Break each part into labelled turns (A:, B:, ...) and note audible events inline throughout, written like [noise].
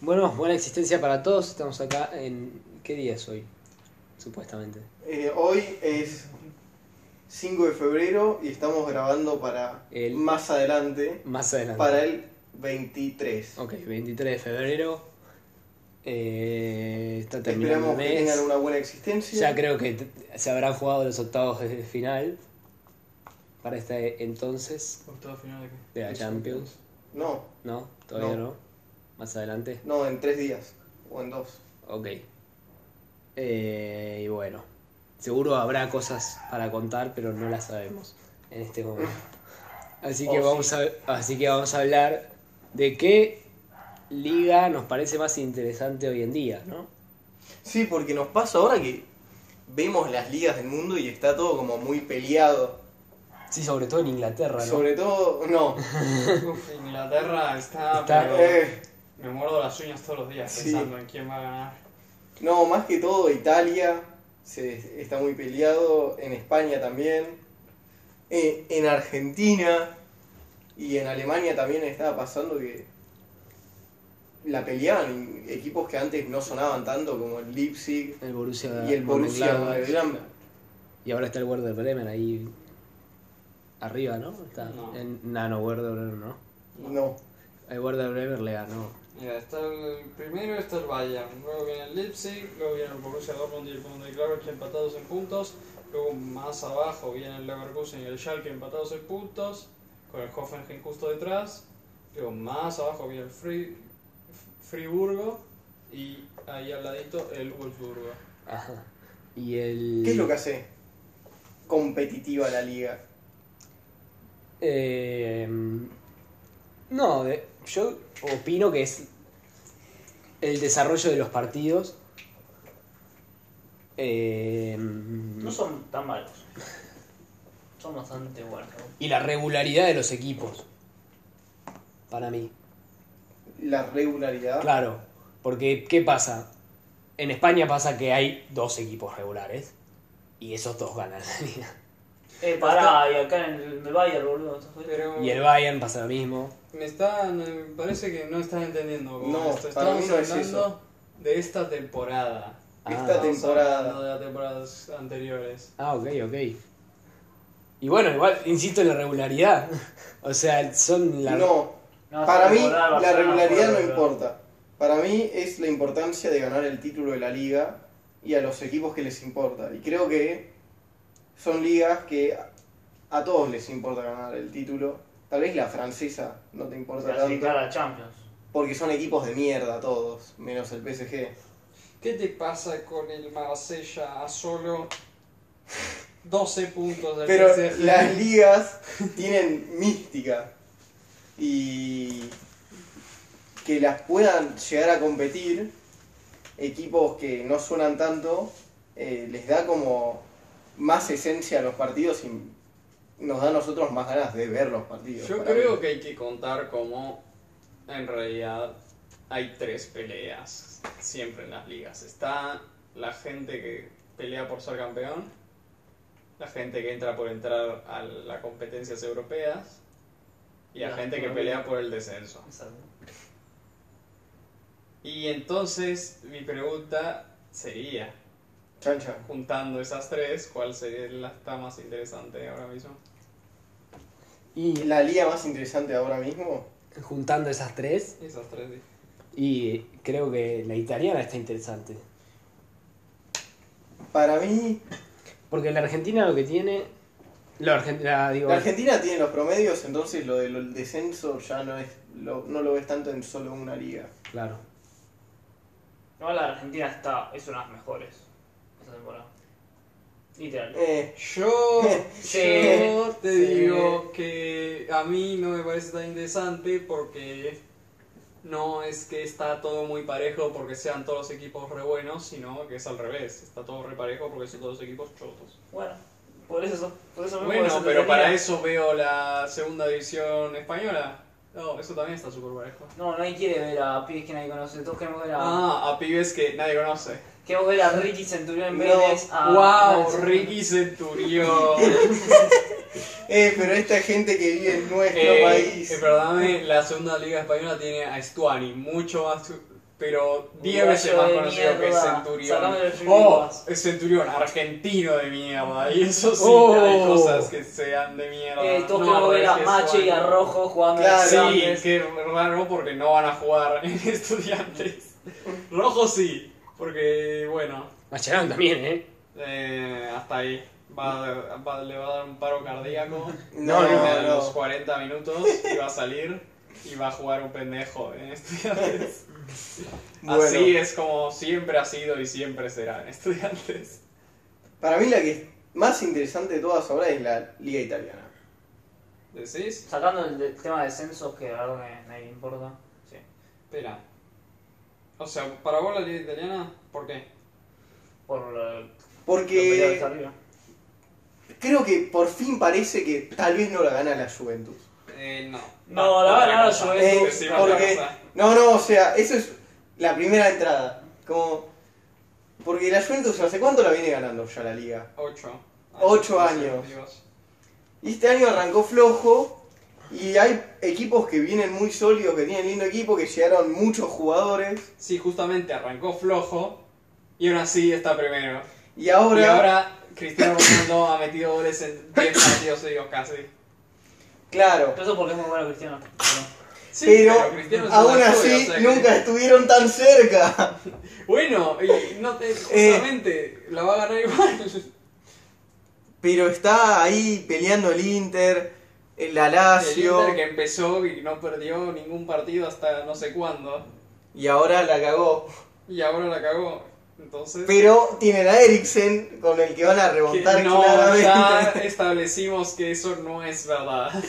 A: Bueno, buena existencia para todos. Estamos acá en. ¿Qué día es hoy? Supuestamente.
B: Eh, hoy es 5 de febrero y estamos grabando para
A: El-
B: más adelante,
A: Más adelante.
B: para el 23.
A: Ok, 23 de febrero. Eh, está terminando el
B: Esperamos que
A: mes.
B: tengan una buena existencia.
A: Ya creo que t- se habrán jugado los octavos de final. Para este entonces.
C: Octavo final de
A: De
C: qué?
A: la
C: [laughs]
A: Champions.
B: No,
A: ¿No? Todavía no.
B: No.
A: Más adelante.
B: no, en tres días o en dos.
A: Ok. Eh, y bueno. Seguro habrá cosas para contar, pero no las sabemos en este momento. Así que,
B: Oh,
A: vamos, a, así que vamos a hablar de qué liga nos parece más interesante hoy en día, ¿no?
B: Sí, porque nos pasa ahora que vemos las ligas del mundo y está todo como muy peleado.
A: Sí, sobre todo en Inglaterra, ¿no?
B: Sobre todo, no.
C: Uf, Inglaterra está,
A: Está-
C: pero
B: Eh,
C: me muerdo las uñas todos los días
B: Sí.
C: pensando en quién va a ganar.
B: no, más que todo Italia se, está muy peleado, en España también, eh, en Argentina y en Alemania también estaba pasando que la peleaban equipos que antes no sonaban tanto como el Leipzig
A: El Borussia
B: y el Borussia
A: Mönchengladbach.
B: Mönchengladbach.
A: Y ahora está el Werder Bremen ahí arriba, ¿no? Está
C: No.
A: En, nah, no, Werder Bremen no.
B: No,
A: El Werder Bremen le ganó.
C: Mira, está el primero, está el Bayern, luego viene el Leipzig, luego viene el Borussia Dortmund y el Mönchengladbach empatados en puntos, luego más abajo viene el Leverkusen y el Schalke empatados en puntos, con el Hoffenheim justo detrás, luego más abajo viene el Fri- Friburgo y ahí al ladito el Wolfsburgo.
A: Ajá. Y el...
B: ¿qué es lo que hace competitiva la liga?
A: Eh, no, de- yo opino que es el desarrollo de los partidos. Eh,
D: No son tan malos. Son bastante buenos.
A: y la regularidad de los equipos. Para mí.
B: La regularidad.
A: Claro. Porque, ¿qué pasa? En España pasa que hay dos equipos regulares. Y esos dos ganan la liga.
D: Eh, pará, y acá en el, en el Bayern, boludo. ¿estás jodido?
C: Pero
A: Y el Bayern pasa lo mismo.
C: Me está, me parece que no estás entendiendo. cómo
B: No,
C: esto.
B: para mí
C: Estamos
B: no es
C: hablando
B: eso.
C: de esta temporada.
B: Esta
A: Ah.
C: Estamos
B: temporada.
C: hablando de las temporadas anteriores.
A: Ah, ok, ok. Y bueno, igual, insisto en la regularidad. [laughs] O sea, son la...
B: No,
D: No,
B: Para
D: esta
B: mí,
D: temporada
B: la
D: Barcelona
B: regularidad no
D: juega, pero-
B: importa. Para mí es la importancia de ganar el título de la liga y a los equipos que les importa. Y creo que son ligas que a todos les importa ganar el título. Tal vez la francesa no te importa tanto.
D: Clasificar a Champions.
B: Porque son equipos de mierda todos, menos el PSG.
C: ¿Qué te pasa con el Marsella a solo 12 puntos del
B: Pero
C: PSG?
B: las ligas tienen mística. Y que las puedan llegar a competir equipos que no suenan tanto, eh, les da como más esencia a los partidos y nos da a nosotros más ganas de ver los partidos.
C: Yo
B: para
C: creo
B: mí.
C: que hay que contar como en realidad hay tres peleas siempre en las ligas. Está la gente que pelea por ser campeón, la gente que entra por entrar a las competencias europeas y la
D: Ya,
C: gente que
D: bueno.
C: pelea por el descenso.
D: Exacto.
C: Y entonces mi pregunta sería,
B: Chancha.
C: juntando esas tres, ¿cuál sería la está más interesante ahora mismo?
A: Y
B: La liga más interesante ahora mismo,
A: juntando esas tres,
C: Esas tres. dije.
A: y creo que la italiana está interesante.
B: para mí,
A: Porque la Argentina lo que tiene... La Argentina, digo...
B: la Argentina tiene los promedios, entonces lo del descenso ya no, es, lo- no lo ves tanto en solo una liga.
A: Claro.
D: No, la Argentina está, es una de las mejores esta temporada. Literal.
B: Eh,
C: [laughs] Yo,
D: Sí,
C: yo te
D: sí.
C: digo que a mí no me parece tan interesante porque no es que está todo muy parejo porque sean todos los equipos re buenos, sino que es al revés. Está todo re parejo porque son todos equipos chotos.
D: Bueno, por eso, por eso mismo
C: Bueno,
D: es
C: pero para
D: entretenida.
C: eso veo la segunda división española. No, eso también está súper parejo.
D: No, nadie quiere ver a pibes que nadie conoce. Todos queremos ver a.
C: Ah, a pibes que nadie conoce.
D: Queremos ver a Ricky Centurión
B: No.
D: Vélez.
C: Ah,
D: a-
C: ¡Wow!
D: a-
C: Ricky Centurión. [laughs]
B: Eh, pero esta gente que vive en nuestro
C: Eh,
B: país.
C: eh, perdóname, la segunda liga española tiene a Estuani, mucho más pero 10
D: Uruguayo
C: veces más
D: de
C: conocido que
D: mierda.
C: Centurión.
D: Sacame de los
C: Oh,
D: yuyos.
C: es Centurión, argentino de mierda. Y eso sí,
A: Oh.
C: hay cosas que sean de mierda.
D: Eh, todos
C: No,
D: queremos ver a
C: es que
D: Mache
C: son-
D: y a Rojo jugando
B: Claro.
D: a
C: Sí,
D: Estudiantes.
C: qué raro porque no van a jugar [laughs] en estudiantes. Rojo sí, porque bueno,
A: Macharán también, ¿eh?
C: eh, hasta ahí. Va, va- le va a dar un paro cardíaco
B: No,
C: en
B: no,
C: los
B: no.
C: 40 minutos y va a salir y va a jugar un pendejo en estudiantes. Así
B: [laughs] Bueno.
C: es como siempre ha sido y siempre será en estudiantes.
B: Para mí la que es más interesante de todas ahora es la Liga Italiana.
C: ¿Decís?
D: Sacando el de- tema de censos, que la verdad me, me importa. Sí.
C: Espera. O sea, para vos la liga italiana, ¿por qué?
D: Por eh, lo lo peleado que
B: Porque
D: está arriba.
B: creo que por fin parece que tal vez no la gana la Juventus.
C: Eh, no.
D: No,
C: Ah,
D: la va a
C: otra
D: ganar la
C: cosa.
D: Juventus.
B: Eh,
C: Decimos otra
B: porque,
C: cosa.
B: no, no, o sea, eso es la primera entrada. Como, porque la Juventus hace cuánto la viene ganando ya la liga.
C: Ocho.
B: Ocho
C: Ocho
B: años.
C: consecutivos.
B: Y este año arrancó flojo y hay equipos que vienen muy sólidos, que tienen lindo equipo, que llegaron muchos jugadores.
C: Sí, justamente arrancó flojo y aún así está primero.
B: Y ahora,
C: Y ahora Cristiano Ronaldo ha metido goles en 10 partidos seguidos casi.
B: claro,
D: Pero eso porque es muy bueno Cristiano.
C: Sí,
B: pero,
C: Cristiano es un
B: aún
C: basura,
B: así
C: o sea que-
B: nunca estuvieron tan cerca.
C: Bueno, y no
B: Eh,
C: te, justamente la va a ganar
B: [laughs]
C: igual.
B: Pero está ahí peleando el Inter, el
C: El
B: Lazio
C: Inter que empezó y no perdió ningún partido hasta no sé cuándo.
B: y ahora la cagó.
C: Y ahora la cagó. Entonces...
B: Pero tienen a Eriksen con el que van a
C: que
B: remontar
C: no,
B: claramente.
C: ya establecimos que eso no es verdad.
B: [laughs]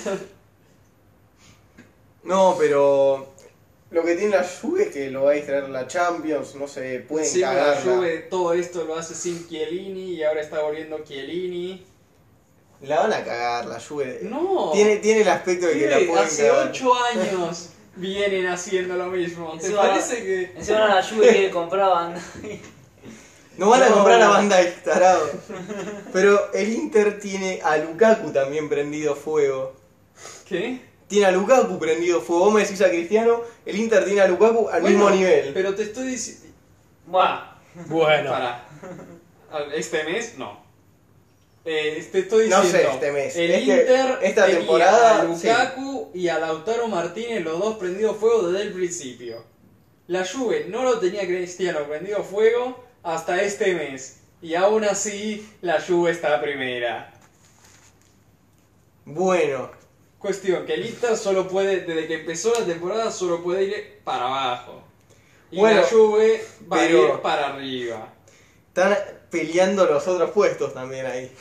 B: No, pero lo que tiene la Juve es que lo va a distraer la Champions, no se pueden
C: Sí, pero la
B: cagarla.
C: Juve todo esto lo hace sin Chiellini y ahora está volviendo Chiellini.
B: La van a cagar la Juve.
C: No.
B: Tiene, tiene el aspecto de que la
C: Pibe,
B: pueden
C: hace
B: cagar.
C: 8 años vienen haciendo lo mismo. ¿Te
D: Encima-
C: parece que.?
D: Encima era la lluvia que le compraban.
B: No van a
C: No.
B: comprar a banda de [laughs] tarado. Pero el Inter tiene a Lukaku también prendido fuego.
C: ¿Qué?
B: Tiene a Lukaku prendido fuego. Vos me decís a Cristiano, el Inter tiene a Lukaku al
C: Bueno,
B: mismo nivel.
C: Pero te estoy diciendo.
D: Bueno,
A: Bueno.
C: [laughs] Para. Este mes no. Eh, te estoy
B: No
C: diciendo.
B: sé, este mes.
C: El
B: Este-
C: Inter.
B: esta
C: tenía
B: temporada,
C: A Lukaku y a Lautaro Martínez, los dos prendidos fuego desde el principio. La Juve no lo tenía Cristiano prendido fuego hasta este mes. Y aún así, la Juve está primera.
B: Bueno,
C: Cuestión, que el Inter solo puede, desde que empezó la temporada, solo puede ir para abajo. Y
B: Bueno,
C: la Juve va
B: pero-
C: a ir para arriba.
B: están peleando los otros puestos también ahí.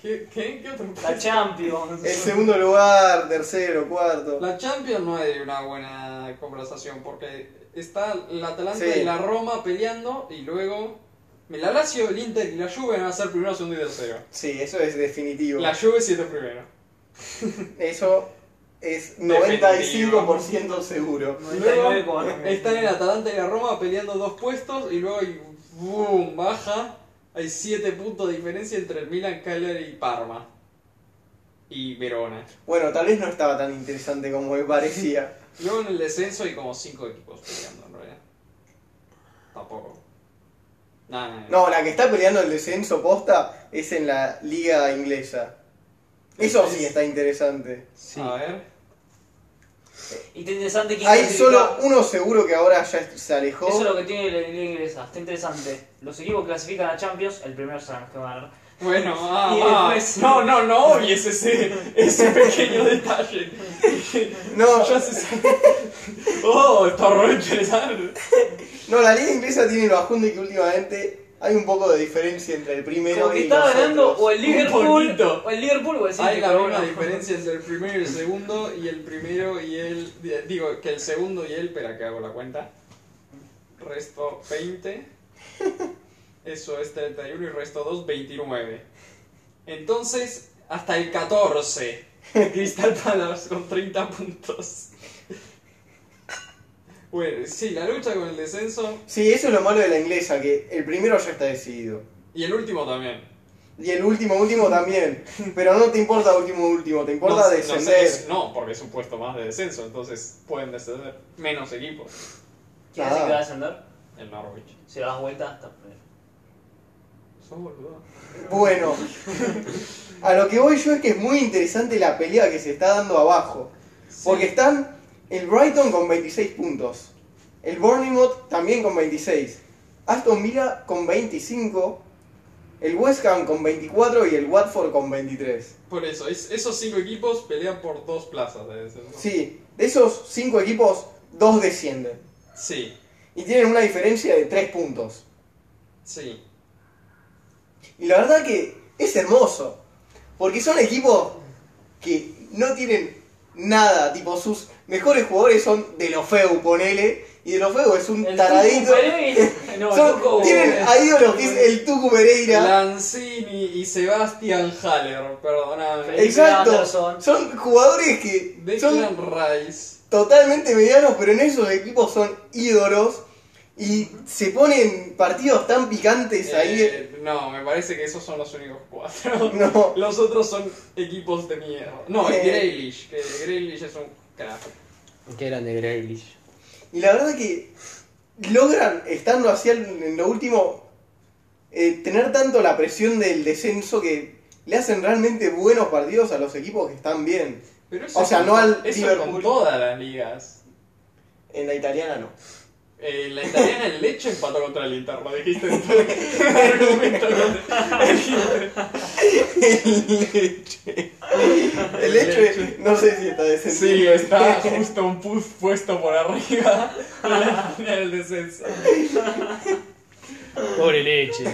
C: ¿Qué, qué, qué otro
D: la Champions.
B: [laughs] El segundo lugar, tercero, cuarto.
C: La Champions no es una buena conversación porque está la Atalanta
B: Sí.
C: y la Roma peleando y luego la Lazio, el Inter y la Juve van a ser primero, segundo y tercero.
B: Sí, eso es definitivo.
C: La Juve siendo primero.
B: Eso es
C: Definitivo.
B: 95% seguro.
D: 99,9.
C: Luego están el Atalanta y la Roma peleando dos puestos y luego hay- boom, baja. Hay 7 puntos de diferencia entre el Milan, Cagliari y Parma. Y Verona.
B: Bueno, tal vez no estaba tan interesante como me parecía.
C: Luego en el descenso hay como 5 equipos peleando en realidad. Tampoco. Nah, nah, nah.
B: No, la que está peleando el descenso posta es en la liga inglesa. Eso sí está interesante.
A: Sí.
C: A ver.
D: Y está interesante que
B: Hay
D: clasificaba-
B: solo uno seguro que ahora ya se alejó.
D: Eso es lo que tiene la liga inglesa. Está interesante. Los equipos que clasifican a Champions, el primero serán los que van a ganar.
C: Bueno, ah,
D: Y
C: ah.
D: después-
C: No, no, no obvies ese, ese pequeño detalle.
B: No,
C: Ya se sabe. Oh, está re interesante.
B: no, la liga inglesa tiene lo bajón de que últimamente hay un poco de diferencia entre el primero
D: Como que
B: y
D: está
B: los
D: ganando
B: otros.
D: o el
C: Un
D: Liverpool,
C: poquito.
D: o el Liverpool o el City.
C: Hay la
D: pero
C: misma
D: bueno.
C: diferencia entre el primero y el segundo y el primero y el... di- Digo, que el segundo y el... Espera, que hago la cuenta. Resto 20. Eso es 31 y resto 2, 29. Entonces, hasta el 14. Crystal Palace con 30 puntos. Bueno, sí, la lucha con el descenso
B: Sí, eso es lo malo de la inglesa, que el primero ya está decidido.
C: y el último también.
B: Y el último, último también. Pero no te importa último, último, te importa
C: No,
B: descender.
C: No, no, porque es un puesto más de descenso, entonces pueden descender menos equipos.
D: ¿Quién es el
B: Ah.
D: que va a descender?
C: El Norwich.
D: Si le das vuelta, está primero.
C: Sos boludo.
D: [laughs]
B: Bueno, a lo que voy yo es que es muy interesante la pelea que se está dando abajo. Porque están el Brighton con 26 puntos, el Bournemouth también con 26, Aston Villa con 25, el West Ham con 24 y el Watford con 23.
C: Por eso, es- esos cinco equipos pelean por dos plazas, debe ser, ¿no?
B: Sí, de esos 5 equipos, 2 descienden.
C: Sí,
B: Y tienen una diferencia de 3 puntos.
C: sí.
B: Y la verdad que es hermoso. Porque son equipos que no tienen nada. Tipo, sus mejores jugadores son de lo feo, ponele. Y de lo feo es un
D: El
B: taradito.
D: Tucu Pérez- No,
B: [laughs] Son-
D: Tucu-
B: tienen a ídolos que es el Tucu Pereira.
C: Lanzini y Sebastian Haller, perdóname.
D: Felipe
B: Exacto.
D: Anderson.
B: Son jugadores que son
C: Declan Rice.
B: totalmente medianos, pero en esos equipos son ídolos. Y se ponen partidos tan picantes ahí.
C: Eh, no, me parece que esos son los únicos cuatro. [laughs]
B: No.
C: Los otros son equipos de mierda. No,
B: Eh.
C: el Grealish, que Grealish es un crack.
A: Que eran de Grealish.
B: Y la verdad que logran, estando así al- en lo último, eh, tener tanto la presión del descenso que le hacen realmente buenos partidos a los equipos que están bien.
C: Pero eso
B: O sea,
C: con-
B: no al
C: eso
B: Liverpool.
C: con todas las ligas.
B: En la italiana no.
C: Eh, la italiana el leche empató contra el Inter, lo dijiste en tu [laughs] argumento.
B: El hecho es, no sé si está descendido.
C: Sí, está justo un pus puesto por arriba de la línea del descenso.
A: Pobre leche.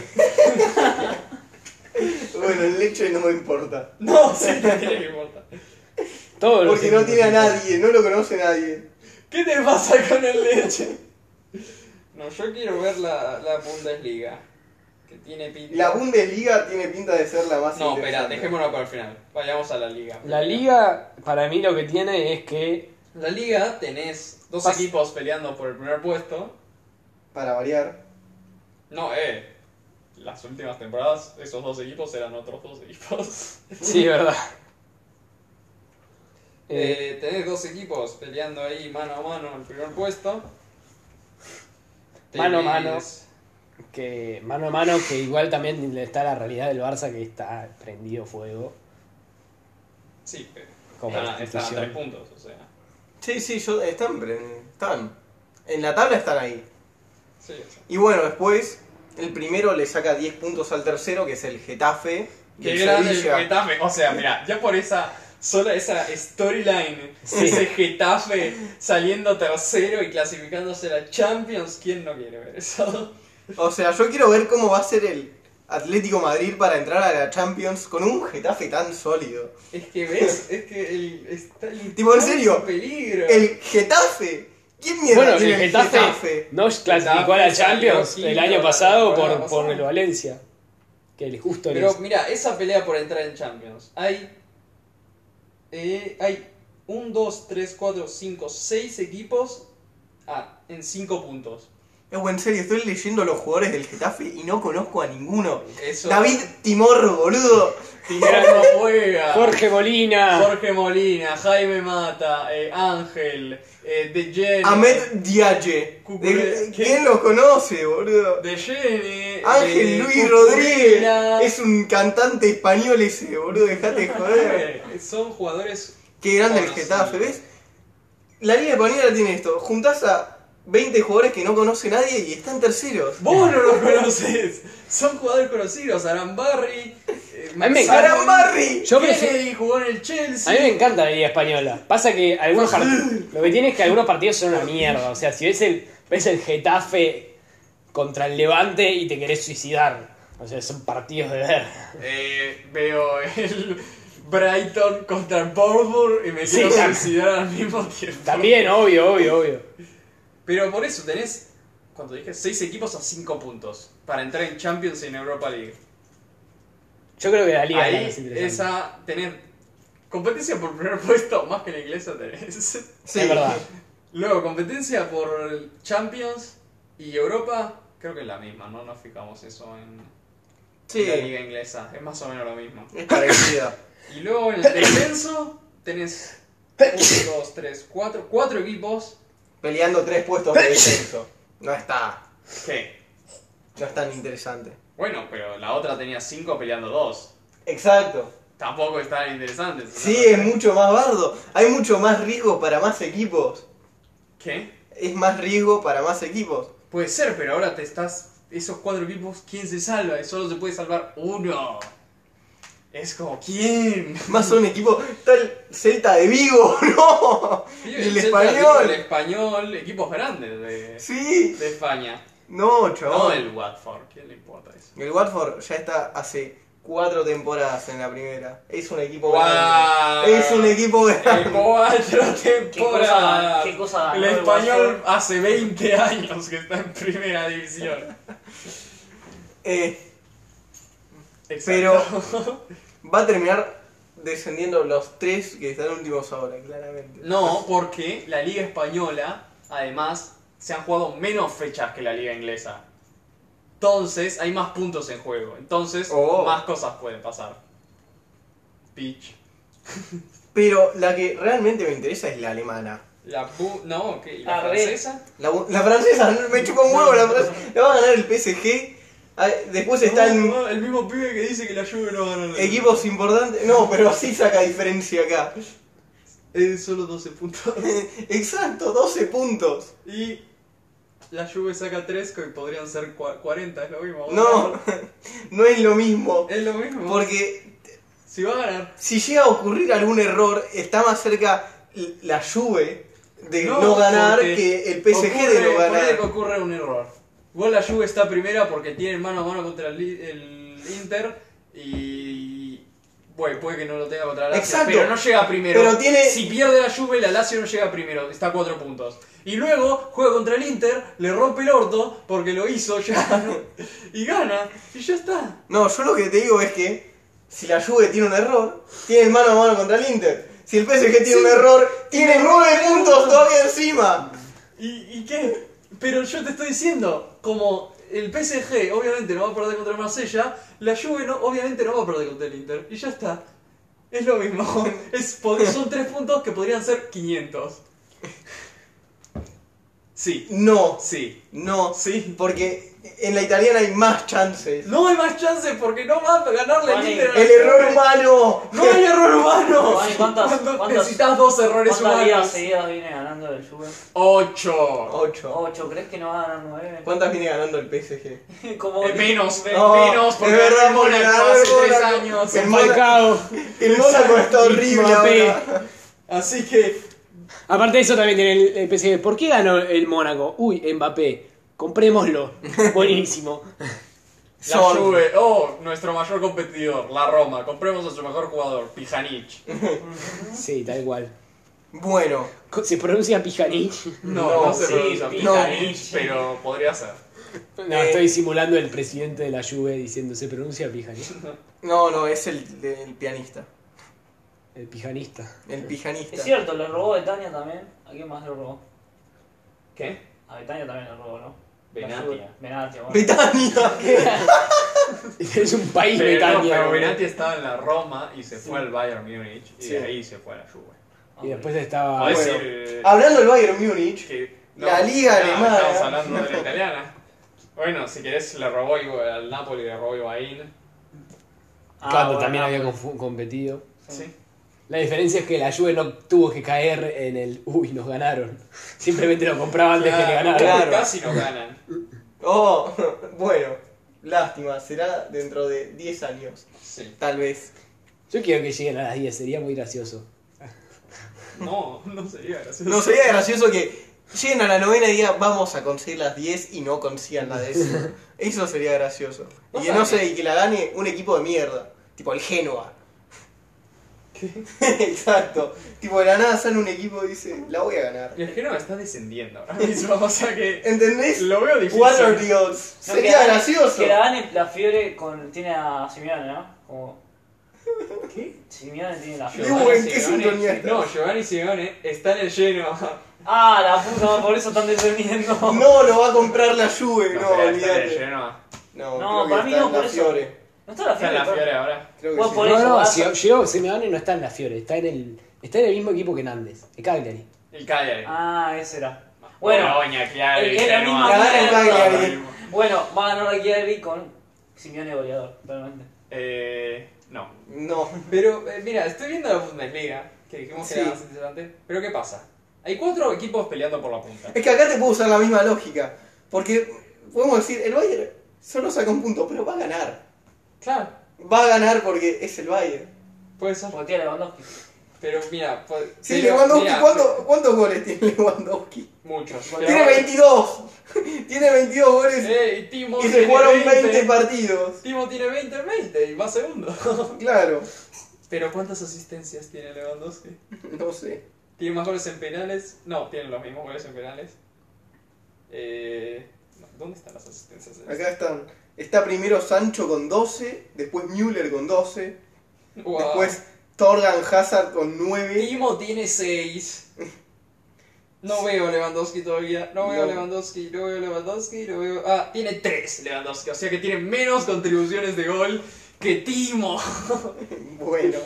B: Bueno, el hecho no me importa.
C: No, sí, no tiene que importar.
A: Todos los
B: Porque no
A: equipos
B: tiene a
A: tienen-
B: nadie, no lo conoce nadie.
C: ¿Qué te pasa con el leche? No, yo quiero ver la, la Bundesliga. Que tiene pinta.
B: La Bundesliga tiene pinta de ser la más
C: No, espera,
B: interesante.
C: dejémoslo para el final. Vayamos a la liga.
A: La liga, para mí lo que tiene es que
C: La liga tenés dos
A: Pas-
C: equipos peleando por el primer puesto.
B: Para variar.
C: No, eh. Las últimas temporadas, esos dos equipos eran otros dos [laughs] equipos.
A: Sí, verdad.
B: [laughs]
A: Eh,
C: Eh, tenés dos equipos peleando ahí mano a mano el primer puesto.
A: Mano a mano.
C: Tenés-
A: que mano a mano, que igual también está la realidad del Barça que está prendido fuego
C: Sí, pero.
A: como
C: están a- están a tres
A: institución.
C: puntos, o sea.
B: Sí, sí, yo, están, están. En la tabla están ahí.
C: Sí, o sea.
B: Y bueno, después el primero le saca 10 puntos al tercero, que es el Getafe. y
C: Qué
B: el
C: grande el
B: Sevilla.
C: Getafe. O sea, mira, ya por esa. Sola esa storyline,
A: Sí.
C: ese Getafe saliendo tercero y clasificándose a la Champions, ¿quién no quiere ver eso?
B: O sea, yo quiero ver cómo va a ser el Atlético Madrid para entrar a la Champions con un Getafe tan sólido.
C: Es que ves, es que el, está el
B: Tipo, en
C: está
B: serio,
C: peligro.
B: El Getafe. ¿Quién mierda
A: Bueno,
B: tiene
A: el Getafe, no clasificó a la
C: Getafe salió
A: Champions
C: quinto
A: el
C: la
A: año pasado
C: temporada
A: por, por
C: pasada.
A: el Valencia. Que el justo
C: Pero
A: les-
C: mira, esa pelea por entrar en Champions. Hay. eh, hay 1, 2, 3, 4, 5, 6 equipos ah, en 5 puntos.
B: Eh, bueno, en serio, estoy leyendo los jugadores del Getafe y no conozco a ninguno.
C: Eso.
B: David Timorro, boludo.
C: Tirán no juega.
A: Jorge Molina.
C: Jorge Molina, Jaime Mata, eh, Ángel, eh, De Jenny.
B: Ahmed Diaye.
C: Cucuré.
B: ¿Quién los conoce, boludo?
C: De eh, Jenny.
B: Ángel Luis Rodríguez es un cantante español ese, boludo, dejate de
C: [laughs]
B: joder.
C: Son jugadores.
B: Qué grande el
C: Bueno,
B: Getafe,
C: sí.
B: ¿ves? La Liga Española tiene esto, juntás a 20 jugadores que no conoce nadie y están terceros.
C: Vos no los conoces. Son jugadores conocidos. Arambarri. eh,
A: A mí me encanta.
B: ¡Sarambarri!
A: Yo prefiero-
C: Kennedy jugó en el
A: A mí
C: Chelsea.
A: me encanta la liga española. Pasa que algunos partidos. Lo que tiene es que algunos partidos son una mierda. O sea, si ves el, ves el Getafe contra el Levante y te querés suicidar. O sea, son partidos de ver.
C: Eh, veo el Brighton contra el Bournemouth y me
A: Sí,
C: quiero
A: tam-
C: suicidar al mismo tiempo.
A: También, obvio, obvio, obvio.
C: Pero por eso tenés, cuando dije, seis equipos a cinco puntos para entrar en Champions y en Europa League.
A: Yo creo que la liga es la
C: Ahí
A: más interesante.
C: esa tenés competencia por primer [laughs] puesto más que la inglesa tenés.
B: Sí,
A: Es verdad.
C: Luego competencia por Champions y Europa, creo que es la misma, no nos fijamos eso en
B: Sí,
C: la liga inglesa, es más o menos lo mismo.
B: es parecida.
C: Y luego en el descenso tenés 1, 2, 3, 4, 4 equipos
B: peleando tres puestos de descenso. No está.
C: ¿Qué?
B: No es tan interesante.
C: Bueno, pero la otra tenía cinco peleando dos.
B: Exacto.
C: Tampoco es tan interesante. o sea,
B: Sí,
C: no sé.
B: es mucho más bardo. Hay mucho más riesgo para más equipos.
C: ¿Qué?
B: Es más riesgo para más equipos.
C: Puede ser, pero ahora te estás. Esos cuatro equipos, ¿quién se salva? Y solo se puede salvar uno. Es como, ¿quién?
B: Más un equipo. Está el Celta de Vigo, [laughs] no. Y el
C: Celta de Vigo,
B: español.
C: El español, equipos grandes de,
B: Sí.
C: de España.
B: No,
C: No
B: chaval.
C: el Watford, ¿quién le importa eso?
B: El Watford ya está hace cuatro temporadas en la primera. Es un equipo grande.
C: ¡Guau!
B: Es un equipo
C: En
B: grande. [laughs]
C: cuatro
D: ¿Qué cosa,
C: temporadas.
D: qué cosa ganó
C: El
D: el
C: español
D: Watford?
C: hace 20 años que está en primera división.
B: Eh,
C: Exacto.
B: [laughs] va a terminar descendiendo los tres que están últimos ahora, claramente.
C: No, porque la Liga Española, además, se han jugado menos fechas que la Liga Inglesa. Entonces, hay más puntos en juego. Entonces,
B: Oh.
C: más cosas pueden pasar. Pitch.
B: Pero la que realmente me interesa es la alemana.
C: La pu- No, ¿qué? ¿Y la
D: Ah, re.
C: francesa?
B: La, la francesa, [laughs] me chupó un huevo la francesa. La va a ganar el PSG. Ah, Después están
C: No, el mismo pibe que dice que la Juve no ganó la
B: equipos importantes. No, pero sí saca diferencia acá. [laughs]
C: Es solo 12 puntos.
B: Exacto, 12 puntos.
C: Y la Juve saca 3 que podrían ser cua- 40, es lo mismo.
B: No, [laughs] no es lo mismo.
C: Es lo mismo.
B: Porque
C: Si va a ganar.
B: si llega a ocurrir algún error, está más cerca l- la Juve de Eh, no,
C: No,
B: ganar
C: porque
B: que el PSG de
C: ocurre-
B: no
C: ponele que
B: ganar.
C: ocurre un error. Igual la Juve está primera porque tiene mano a mano contra el, Li- el Inter y... Bueno, puede que no lo tenga contra la Lazio,
B: Exacto.
C: pero no llega primero.
B: Pero tiene-
C: Si pierde la Juve, la Lazio no llega primero, está a cuatro puntos. Y luego juega contra el Inter, le rompe el orto porque lo hizo ya
B: [laughs]
C: y gana y ya está.
B: No, yo lo que te digo es que si la Juve tiene un error, tiene mano a mano contra el Inter. Si el PSG tiene un error, tiene 9 puntos todavía encima.
C: ¿Y, y qué? Pero yo te estoy diciendo, como el PSG obviamente no va a perder contra el Marsella, la Juve no, obviamente no va a perder contra el Inter. Y ya está. Es lo mismo.
B: [laughs]
C: Es, pod- son tres puntos que podrían ser 500. Sí.
B: No,
C: Sí.
B: no,
C: Sí.
B: porque en la italiana hay más chances.
C: No hay más chances porque no va a ganarle el
D: Vale.
C: Inter. a la
B: El error
C: Juve.
B: humano.
C: No hay error humano.
D: Vale, ¿cuántas-
C: Cuando
D: cuántas-
C: necesitas dos errores
D: ¿Cuántas ligas
C: humanos.
D: seguidas viene ganando el Juve?
C: Ocho.
B: 8.
D: 8, ¿crees que no va a ganar 9?
B: ¿Cuántas viene ganando el PSG?
D: [laughs] Como
C: Eh, menos,
D: ve-
B: No,
C: menos, porque
B: es verdad,
C: ganó el
B: porque
C: Mónaco
B: ganó el
C: hace tres
B: Mónaco.
C: años.
B: El Mónaco-
A: Falcao.
B: el Mónaco está horrible
A: Mbappé.
B: ahora.
C: Así que
A: Aparte de eso también tiene el, el PSG. ¿Por qué ganó el Mónaco? Uy, Mbappé.
C: [laughs]
A: Comprémoslo. Buenísimo.
C: La
B: Son-
C: Juve, oh, nuestro mayor competidor, la Roma. Compremos a su mejor jugador, Pijanic.
A: Sí, tal cual.
B: Bueno,
A: Co- Se pronuncia Pijanich.
C: No,
B: No,
C: no, se
D: sí,
C: pronuncia Pjanic,
D: Pjanic.
C: pero podría ser.
A: No,
B: Eh.
A: estoy simulando el presidente de la Juve diciendo se pronuncia Pijanich.
B: no, no, es el, el pianista.
A: El pijanista. [laughs]
B: El pijanista.
D: [laughs] Es cierto, le robó a Betania también. ¿A quién más le robó?
C: ¿Qué?
D: A Betania también le robó, ¿no?
C: Benatia.
D: Benatia, bueno.
B: Britania.
A: Es un país
C: Pero, no,
A: Betania.
C: pero
A: ¿no?
C: Benatti estaba en la Roma y se fue al Bayern Múnich y
B: Sí.
C: de ahí se fue a la Juve.
D: Ah,
C: eh.
A: Y después
C: O
A: estaba.
B: Bueno.
C: decir, eh,
B: Hablando del Bayern Múnich,
C: que-
B: la liga alemana.
C: Estamos hablando de la italiana. Bueno, si querés, le robó Ivo- al Napoli, le robó Ibaín.
D: Ah,
A: cuando
D: bueno,
A: también
D: no,
A: había
D: bueno.
A: confu- competido.
C: Sí.
A: La diferencia es que la Juve no tuvo que caer en el uy, nos ganaron. [laughs] Simplemente lo compraba antes que le ganaran.
B: claro.
C: Casi no ganan.
B: Oh, [laughs] bueno, lástima, será dentro de 10 años,
C: Sí.
B: tal vez.
A: Yo quiero que lleguen a las 10, sería muy gracioso.
C: No, no sería gracioso.
B: [laughs] No sería gracioso que lleguen a la novena y digan vamos a conseguir las 10 y no consigan la [laughs] décima. Eso sería gracioso. Y
C: ¿Vos
B: que no sé,
C: sabés?
B: y que la gane un equipo de mierda, tipo el Génova. [laughs] Exacto. Tipo, de la nada sale un equipo y dice, la voy a ganar.
C: El Genoa está descendiendo ahora mismo, [laughs] o sea que
B: ¿Entendés?
C: lo veo
B: What are
C: difícil.
B: the odds?
D: No,
B: Sería
D: que la-
B: gracioso.
D: Que la gane la fiebre con, tiene a Simeone, ¿no? Como,
C: ¿Qué?
D: Simeone tiene la fiebre.
B: Digo, ¿en qué
C: Simeone-
B: sintonía está?
C: No, Giovanni Simeone está en el Genoa. [laughs]
D: Ah, la puta, por eso están descendiendo.
B: [laughs] No, lo va a comprar la Juve, no,
C: será, está en el
B: olvídate.
C: Genoa.
B: No,
D: No,
B: creo que
D: para mí
B: está
D: no,
B: en
D: por
B: la
D: eso.
B: Fiore.
D: ¿No está
C: Está
D: la
C: en
D: fiebre?
C: la
D: pero-
C: Fiore ahora.
B: Creo que
D: Bueno,
B: sí.
D: por
A: No,
D: eso,
A: no,
D: vas
A: si
D: a-
A: llegó Simeone no está en la Fiore, está en el, está en el mismo equipo que Nández, el Cagliari.
C: El Cagliari.
D: Ah, ese era. Bueno,
E: Oña, claro.
D: el- era la misma
B: Ganaron
D: mierda.
B: Cagliari.
D: Bueno, va a ganar la Chiari con Simeone goleador, claramente.
E: Eh, no.
B: No.
C: Pero eh, mira, estoy viendo la Bundesliga, que dijimos que
B: Sí.
C: era más interesante. Pero ¿qué pasa? Hay cuatro equipos peleando por la [laughs] punta.
B: Es que acá te puedo usar la misma lógica. Porque podemos decir, el Bayern solo saca un punto, pero va a ganar.
C: Claro,
B: Va a ganar porque es el Bayern.
C: puede ser.
D: Porque Lewandowski.
C: Pero mira, pues,
B: Sí,
C: pero,
B: Lewandowski,
C: mira,
B: ¿cuánto- ¿cuántos goles tiene Lewandowski?
C: Muchos.
D: Tiene
B: Tiene
C: ahora-
B: 22. tiene 22 goles
C: Eh, y Timo
B: y se
C: tiene
B: jugaron 20 partidos.
C: Timo tiene 20 en 20 y va segundo.
B: Claro,
C: [laughs] Pero ¿cuántas asistencias tiene Lewandowski?
B: no sé.
C: ¿Tiene más goles en penales? No, tiene los mismos goles en penales. Eh, no, ¿Dónde están las asistencias?
B: Acá están. Está primero Sancho con 12, después Müller con 12,
C: Wow.
B: después Torgan Hazard con 9.
C: Timo tiene 6. No veo Lewandowski todavía. No veo
B: No.
C: Lewandowski, no veo Lewandowski, no veo. Ah, tiene 3 Lewandowski. O sea que tiene menos contribuciones de gol que Timo.
B: Bueno,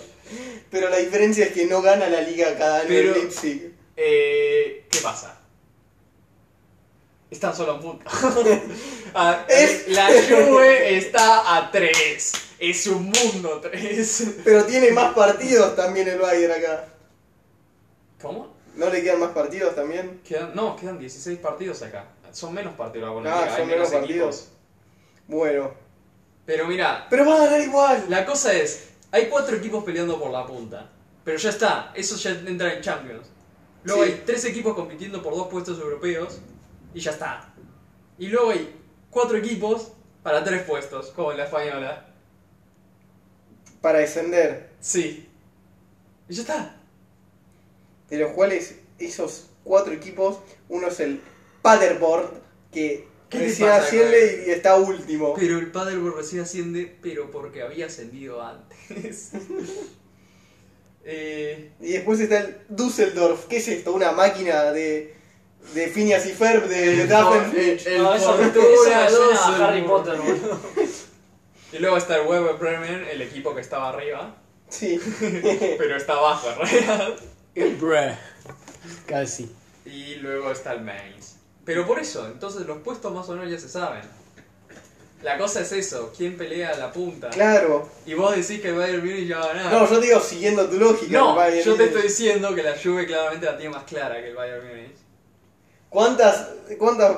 B: pero la diferencia es que no gana la liga cada año
C: Pero-
B: el Leipzig.
E: Eh, ¿Qué pasa?
C: Están solo a un punto. Ah,
B: Es-
C: La Juve está a 3. Es un mundo 3.
B: Pero tiene más partidos también el Bayern acá.
C: [laughs] ¿Cómo?
B: ¿No le quedan más partidos también?
C: Quedan, no, quedan 16 partidos acá. Son menos partidos la
B: Ah,
C: Bundesliga. hay
B: son menos partidos.
C: equipos.
B: Bueno,
C: Pero mira,
B: pero va a ganar igual.
C: La cosa es, hay cuatro equipos peleando por la punta. Pero ya está, eso ya entra en Champions. Luego
B: Sí.
C: hay tres equipos compitiendo por dos puestos europeos y ya está. Y luego hay cuatro equipos para tres puestos, como en la española.
B: Para descender,
C: Sí. Y ya está.
B: de los cuales esos cuatro equipos, uno es el Paderborn, que
C: ¿Qué le
B: recién
C: pasa,
B: asciende y está último.
C: Pero el Paderborn recién asciende, pero porque había ascendido antes. [laughs] eh,
B: Y después está el Düsseldorf, ¿qué es esto? Una máquina de, de Phineas y Ferb
C: [laughs]
B: de
C: eh.
B: Davenport.
D: No, eso,
C: Fortuna
D: eso me suena
C: Düsseldorf.
D: a Harry Potter, boludo.
C: Y luego está el Weber Bremen, el equipo que estaba arriba.
B: Sí. [laughs]
C: pero está abajo en realidad.
A: Casi.
C: Y luego está el Mainz. Pero por eso, entonces los puestos más o menos ya se saben. La cosa es eso, quién pelea la punta.
B: Claro.
C: Y vos decís que el Bayern Munich ya va a ganar.
B: No, yo digo siguiendo tu lógica.
C: No,
B: el Bayern
C: yo te
B: Múnich.
C: estoy diciendo que la Juve claramente la tiene más clara que el Bayern Munich.
B: ¿Cuántas, cuántas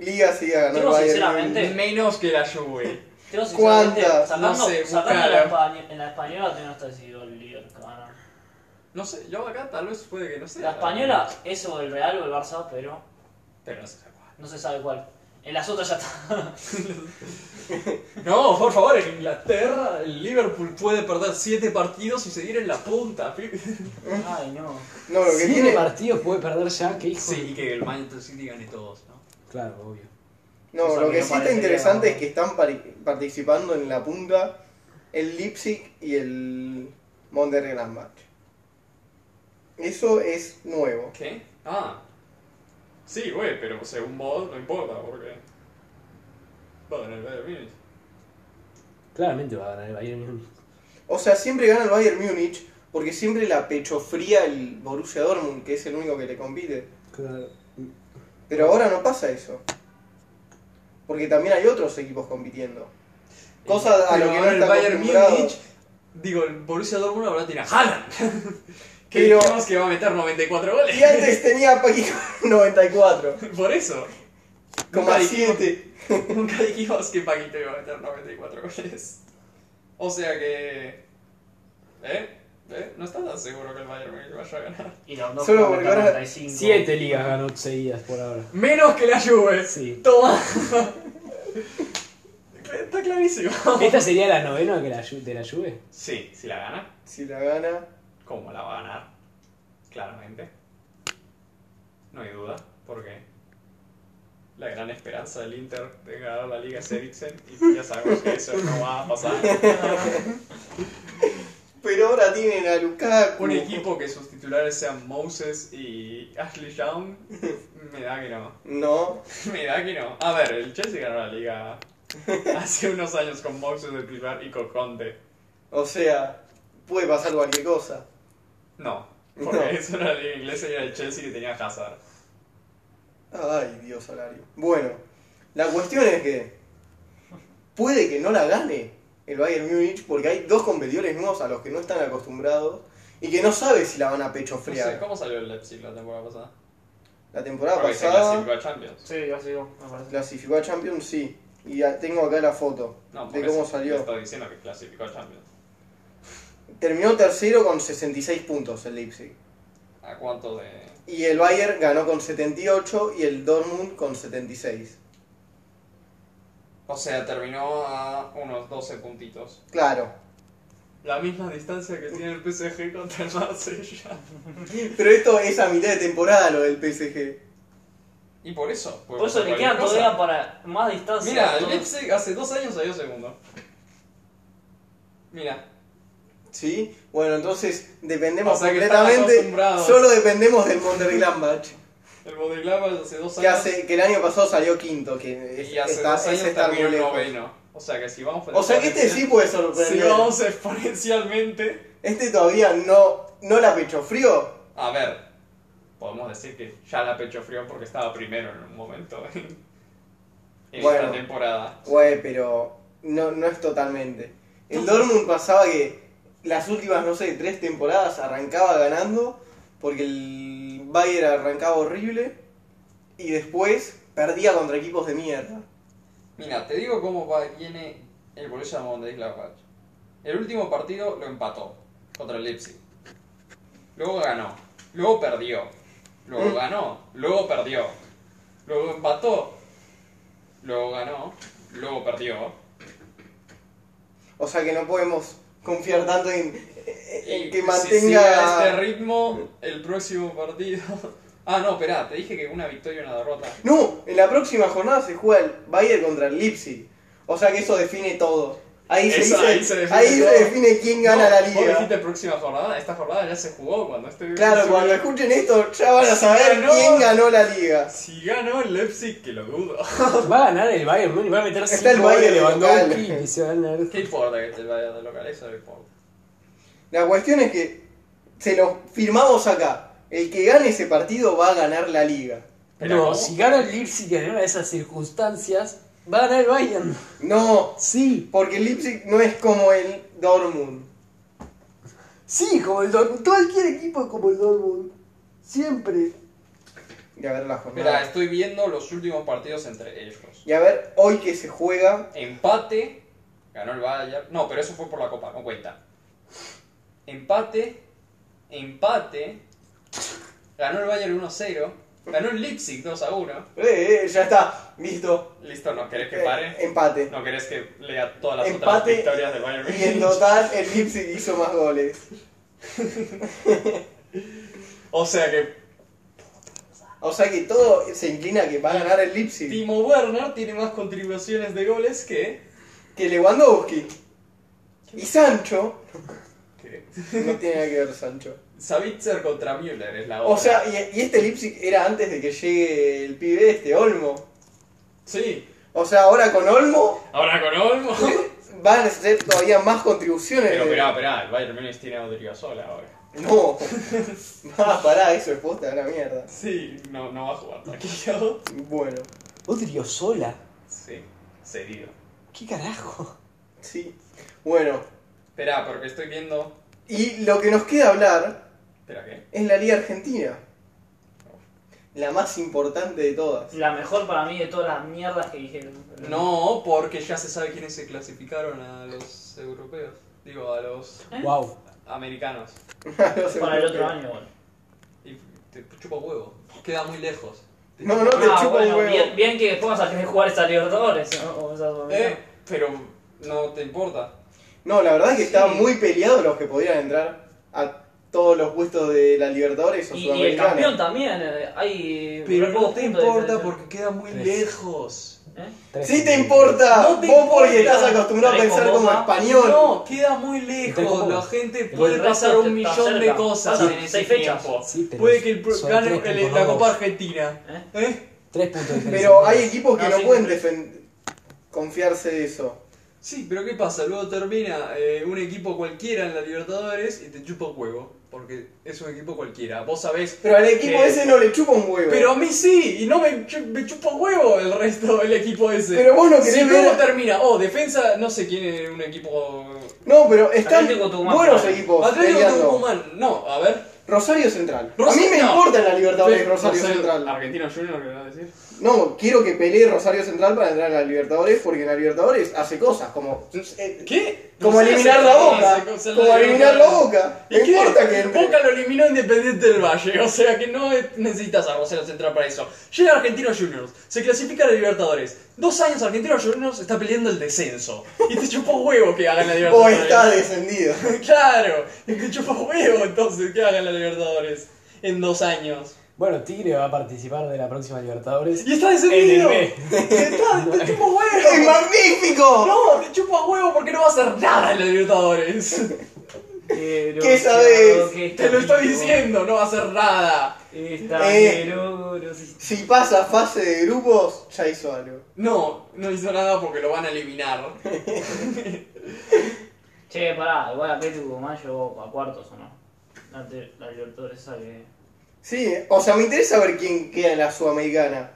B: ligas iba a ganar
D: Digo,
B: Bayern
D: sinceramente,
B: Múnich?
C: Menos que la Juve.
D: Creo sinceramente,
B: ¿Cuántas?
D: Sacando,
C: No sé,
D: sacando
C: buscala.
D: la española, en la española tenés hasta decidido el líder que va a ganar.
C: No sé, yo acá tal vez puede que no sea.
D: La española es o el Real o el Barça, pero
C: Pero no sé cuál.
D: no se sabe cuál. En las otras ya
C: [laughs]
D: está.
C: No, por favor, en Inglaterra el Liverpool puede perder 7 partidos y seguir en la punta.
D: Ay, no.
B: No, lo que
A: Siete
B: tiene.
A: partidos puede perder ya, qué hijo.
C: [laughs] Sí, y que el Manchester City gane todos, ¿no?
A: Claro, obvio.
B: No,
D: Eso a
B: lo
D: mí
B: que
D: no
B: sí está
D: parecería-
B: interesante es que están pari- participando en la punta el Leipzig y el Monterrey-Gladbach. Eso es nuevo.
C: ¿Qué? Ah. Sí, güey, pero según vos no importa, porque. Bueno, en el Bayern Munich.
A: Claramente va a ganar el Bayern Múnich.
B: O sea, siempre gana el Bayern Múnich porque siempre la pecho fría el Borussia Dortmund, que es el único que le compite.
A: Claro.
B: Pero ahora no pasa eso. Porque también hay otros equipos compitiendo. Cosa a
C: Pero
B: lo que no
C: ahora el
B: está
C: Bayern
B: acostumbrado.
C: Múnich, digo, el Borussia Dortmund ahora tiene a Haaland. [laughs] que
B: Pero-
C: dijimos que va a meter 94 goles.
B: Y antes tenía Paqui 94,
C: [laughs] Por eso.
B: como
C: [laughs] Nunca
B: a
C: dijimos-
B: 7.
C: [laughs] Nunca dijimos que Paquito iba a meter 94 goles. O sea que. ¿Eh? ¿Eh? No estás tan seguro que el Bayern Múnich vaya a ganar.
D: Y los dos
B: Solo
D: van a
B: porque
D: meter
B: ahora
D: 95.
A: Siete ligas ganó seguidas por ahora.
C: Menos que la Juve.
A: Sí.
C: Toma. [laughs] Está clarísimo.
A: [laughs] ¿Esta sería la novena que la, Ju- de la Juve?
E: Sí, si la gana.
B: Si la gana,
E: ¿Cómo la va a ganar? Claramente. No hay duda, porque
C: La gran esperanza del Inter de ganar la Liga es Eriksen y ya sabemos que eso no va a pasar.
B: Pero ahora tienen a Lukaku.
C: Un equipo que sus titulares sean Moses y Ashley Young, me da que no. [laughs]
B: No,
C: Me da que no. A ver, el Chelsea ganó
B: [laughs]
C: la liga hace unos años con Moses de titular y con Conte.
B: o sea, puede pasar cualquier cosa.
C: No, porque
B: No.
C: eso era la liga inglesa y era el Chelsea que tenía Hazard.
B: Ay, Dios, salario. Bueno, la cuestión es que puede que no la gane el Bayern Múnich porque hay dos competidores nuevos a los que no están acostumbrados y que no sabe si la van a pecho
C: No sé,
B: fría.
C: ¿cómo salió el Leipzig la temporada pasada?
B: La temporada
C: Porque se
B: pasada
C: clasificó a Champions.
D: Sí, así digo, me parece.
B: clasificó a Champions, sí. Y ya tengo acá la foto
E: No, por
B: de
E: eso
B: cómo
E: te
B: salió.
E: Estoy diciendo que clasificó a Champions.
B: Terminó tercero con 66 puntos el Leipzig.
C: ¿A cuánto de.?
B: Y el Bayern ganó con 78 y el Dortmund con 76.
C: O sea, terminó a unos 12 puntitos. [laughs]
B: Claro.
F: La misma distancia que tiene el PSG contra el Marsella.
B: Pero esto es a mitad de temporada lo del PSG.
C: Y por eso. puede
D: Por eso
C: pasar
D: le queda
C: cualquier
D: todavía
C: cosa.
D: para más distancia.
C: Mira, el
D: Todo-
C: Leipzig hace dos años salió segundo. Mira,
B: ¿Sí? Bueno, entonces dependemos
C: O sea que están
B: completamente.
C: acostumbrados.
B: Solo dependemos del Mönchengladbach.
C: el Bodeglava hace dos
B: que,
C: años.
B: hace, que el año pasado salió quinto. Que es-
C: Y hace
B: está-
C: dos
B: es
C: años
B: estar
C: terminó
B: muy lejos.
C: noveno. O sea que si vamos
B: O sea que este sí puede
F: Si
B: sorprender.
F: vamos exponencialmente.
B: Este todavía no, no la pecho frío.
E: A ver, podemos decir que ya la pecho frío porque estaba primero en un momento en, en
B: Bueno.
E: esta temporada.
B: Güey, pero no, no es totalmente. El Dortmund pasaba que las últimas, no sé, tres temporadas arrancaba ganando porque el Bayern arrancaba horrible y después perdía contra equipos de mierda.
C: Mira, te digo cómo va- viene el Borussia Mönchengladbach. El último partido lo empató contra el Leipzig. Luego ganó. Luego perdió. Luego
B: Mm.
C: ganó. Luego perdió. Luego empató. Luego ganó. Luego perdió.
B: O sea que no podemos confiar tanto en, en
C: Y
B: que
C: si sigue a este
B: mantenga...
C: ritmo, el próximo partido. [laughs] Ah, no, esperá, te dije que una victoria y una derrota.
B: No, en la próxima jornada se juega el Bayern contra el Leipzig. O sea que eso define todo. Ahí se,
C: Eso-
B: dice-
C: ahí se define
B: ahí se
C: todo.
B: define quién gana
C: No,
B: la
C: Vos
B: liga.
C: dijiste próxima jornada, esta jornada ya se jugó cuando este
B: Claro, cuando escuchen esto ya van a saber
F: ganó.
B: quién ganó la liga.
F: Si ganó el Leipzig, que lo dudo.
A: Va a ganar el Bayern Múnich, va a meter
B: Está
A: 5
B: el
A: goles de
B: Bayern de
A: Lewandowski
B: local.
A: y se va a ganar.
C: ¿Qué importa que te vaya de local? Eso no importa.
B: La cuestión es que se lo firmamos acá. El que gane ese partido va a ganar la liga.
E: Pero
A: no,
E: ¿cómo?
A: si gana el Leipzig en una de esas circunstancias, va a ganar el Bayern.
B: No,
A: Sí,
B: porque el Leipzig no es como el Dortmund.
A: sí, como el Dortmund. Cualquier equipo es como el Dortmund. Siempre.
B: Y a ver la
C: Mira,
B: jornada.
C: estoy viendo los últimos partidos entre ellos.
B: Y a ver hoy que se juega.
C: Empate, ganó el Bayern. No, pero eso fue por la Copa, no cuenta. Empate, empate, ganó el Bayern 1-0, ganó el Leipzig 2-1.
B: Eh, eh, ya está, listo.
E: Listo, ¿no querés que
B: Eh,
E: pare?
B: empate.
E: ¿No querés que lea todas las otras
B: Empate
E: victorias del Bayern
B: Y en
E: Múnich?
B: total el Leipzig hizo más goles.
F: O sea que
B: O sea que todo se inclina a que va a ganar el Leipzig.
F: Timo Werner tiene más contribuciones de goles que.
B: Que Lewandowski. Y Sancho.
C: ¿Qué?
B: No tiene nada que ver Sancho.
C: Savitzer contra Müller es la otra.
B: O sea, y, y este Leipzig era antes de que llegue el pibe este, Olmo.
C: sí.
B: O sea, ahora con Olmo
C: Ahora con Olmo.
B: van a ser todavía más contribuciones.
E: Pero
B: de-
E: esperá, esperá, el Bayern Múnich tiene a Odriozola ahora.
B: No. [laughs] Va, pará, eso es posta de la mierda.
E: Sí, no, no va a jugar tranquilo.
B: Bueno,
A: Odrio sola.
E: Sí, cedido.
A: ¿Qué carajo?
B: sí. Bueno,
C: Esperá, porque estoy viendo.
B: y lo que nos queda hablar
E: ¿Espera qué?
B: es la Liga Argentina. La más importante de todas. [laughs]
D: La mejor para mí de todas las mierdas que dijeron.
C: No, porque ya se sabe quiénes se clasificaron a los europeos. Digo, a los
A: Wow.
C: americanos.
B: No sé
D: Para el
B: por qué.
D: otro año, bueno.
C: Y te chupa huevo. Queda muy lejos.
B: No, no, te
D: Ah,
B: chupa
D: bueno,
B: un huevo.
D: bien, bien que después vas a querer jugar esa Libertadores, ¿no? O esas mamadas.
C: Eh, pero no te importa.
B: No, la verdad es que estaban
D: Sí.
B: muy peleados los que podían entrar a todos los puestos de la Libertadores o
D: Y, y el campeón
B: Sudamericana.
D: también, eh, hay...
F: Pero
D: muy
F: no
D: pocos
F: te
D: puntos de
F: importa
D: diferencia.
F: porque queda muy
A: Tres.
F: lejos.
D: ¿Eh?
A: Tres.
B: Sí te importa,
F: No te
B: vos
F: importa.
B: porque estás acostumbrado a
D: Tres con
B: pensar como
D: Boca.
B: español.
F: No, queda muy
A: Está
F: lejos.
A: como-
F: La gente
D: El
F: puede
D: resto
F: pasar
D: te-
F: un
D: está
F: millón de
D: cerca.
F: cosas
D: Pasan
F: en ese
D: seis fechas.
F: tiempo. [laughs]
A: Sí, pero
F: Puede que el pro-
A: son
F: gane
A: tres puntos
F: el- la
A: más.
F: Copa Argentina.
D: ¿Eh?
F: ¿Eh?
A: Tres puntos de diferencia.
B: Pero hay equipos que
D: No,
B: no,
D: sí,
B: pueden
D: sí.
B: defen- confiarse de eso.
F: Sí, pero ¿qué pasa? Luego termina eh, un equipo cualquiera en la Libertadores y te chupa un huevo.
C: Porque es un equipo cualquiera. Vos sabés.
B: Pero al equipo
D: Eh,
C: que-
B: ese no le chupa un huevo.
C: Pero a mí sí, y no me, chu- me chupa un huevo el resto del equipo ese.
B: Pero vos no querés
C: si
B: ver-
C: luego termina, oh, defensa, no sé quién es un equipo.
B: No, pero están
D: Atlético Tucumán,
B: buenos
D: vale.
B: equipos
C: Atlético
B: peleando.
C: Tucumán, no, a ver.
B: Rosario Central.
C: Rosario-
B: a mí me
C: no.
B: importa la Libertadores
C: Pero-
B: Rosario,
C: Rosario-
B: Central.
G: Argentino Junior, ¿qué vas a decir?
B: No, quiero que pelee Rosario Central para entrar a la Libertadores porque en la Libertadores hace cosas como eh,
C: ¿Qué?
B: como
C: Rosario
B: eliminar la
C: Central
B: boca,
C: hace cosas
B: como
C: de-
B: eliminar la boca.
C: ¿Y
B: No
C: qué?
B: importa que entre.
C: Boca lo eliminó Independiente del Valle, o sea que no es- necesitas a Rosario Central para eso. Llega Argentinos Juniors, se clasifica a la Libertadores. Dos años Argentinos Juniors está peleando el descenso. Y te chupó huevo
B: [laughs]
C: que hagan la
B: O
C: Libertadores.
B: está descendido.
C: [laughs] Claro, y te chupa huevo entonces que hagan la Libertadores en dos años.
A: Bueno, Tigre va a participar de la próxima Libertadores.
C: Y está descendido.
A: En el B.
C: [laughs] Está, te
B: [laughs]
C: chupa
B: ¡Es
C: huevo.
B: magnífico!
C: No, te chupa huevo porque no va a hacer nada en la Libertadores.
D: Quiero
B: ¿Qué sabés?
D: que
C: Te lo estoy diciendo, no va a hacer nada.
D: Esta
B: Eh.
D: neurosis-
B: Si pasa fase de grupos, ya hizo algo.
C: No, no hizo nada porque lo van a eliminar.
D: Che, pará, igual Atlético Tucumán llegó a cuartos o no. La, te- la Libertadores esa que.
B: Sí, eh. o sea, me interesa ver quién queda en la Sudamericana.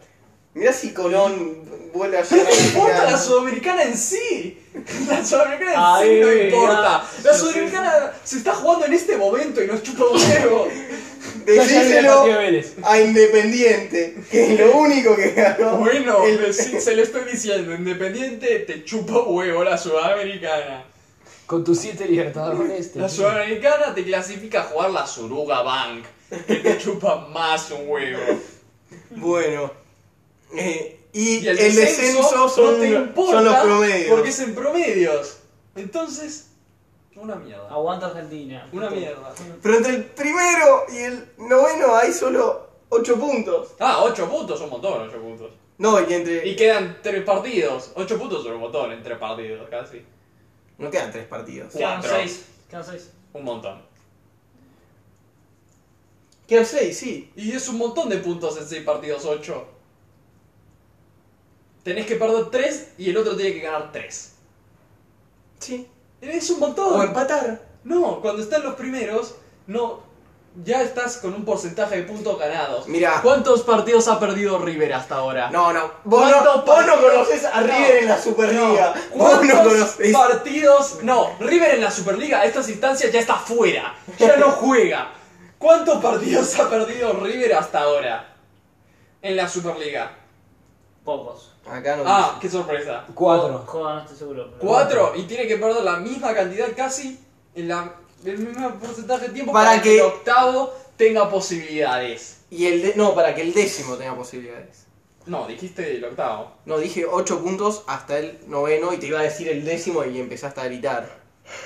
B: Mirá si Colón vuelve a llegar.
C: No importa
B: a
C: la
B: la final.
C: Sudamericana en sí. La Sudamericana en
D: Ay,
C: sí no
D: mira.
C: importa. La Sudamericana se está jugando en este momento y nos chupa huevo.
A: Ya sale el
B: Decíselo
A: Patio Vélez.
B: a Independiente, que es lo único que ganó.
C: Bueno,
B: el-
C: le- sí, se lo estoy diciendo, Independiente te chupa huevo la Sudamericana.
A: Con tus siete Libertadores. te-
C: La Sudamericana te clasifica a jugar la Suruga Bank, que te chupa más un huevo.
B: Bueno. eh, y,
C: Y
B: el descenso, son,
C: no te importa
B: son los promedios.
C: porque es en promedios. Entonces, una mierda.
D: Aguanta Argentina.
C: Una mierda.
B: Pero entre el primero y el noveno hay solo 8 puntos.
C: Ah, 8 puntos, un montón 8 puntos.
B: No, y entre.
C: Y quedan 3 partidos. 8 puntos son un montón en 3 partidos, casi.
B: No quedan 3 partidos.
D: Quedan
C: Cuatro.
D: seis. Quedan seis.
C: Un montón.
B: Quedan 6, sí.
C: Y es un montón de puntos en 6 partidos, 8. Tenés que perder 3 y el otro tiene que ganar 3.
B: Sí.
C: Es un montón.
B: O empatar.
C: No, cuando están los primeros, no. Ya estás con un porcentaje de puntos ganados.
B: Mirá.
C: ¿Cuántos partidos ha perdido River hasta ahora?
B: No, no. Vos no,
C: ¿Cuántos
B: vos no
C: partidos?
B: conocés a
C: No.
B: River en la Superliga. Vos
C: ¿Cuántos
B: no conocés.
C: partidos? No, River en la Superliga a estas instancias ya está fuera.
B: [laughs]
C: Ya no juega. ¿Cuántos partidos ha perdido River hasta ahora? En la Superliga.
D: Pocos.
B: Acá no.
C: Ah, qué sorpresa.
A: Cuatro.
D: Joda, no estoy seguro. pero-
C: Cuatro y tiene que perder la misma cantidad casi en la, el mismo porcentaje de tiempo
B: Para
C: para,
B: que-
C: que el octavo tenga posibilidades.
B: Y el de- no, para que el décimo tenga posibilidades.
C: No, dijiste el octavo.
B: No, dije 8 puntos hasta el noveno y te iba a decir el décimo y empezaste a gritar.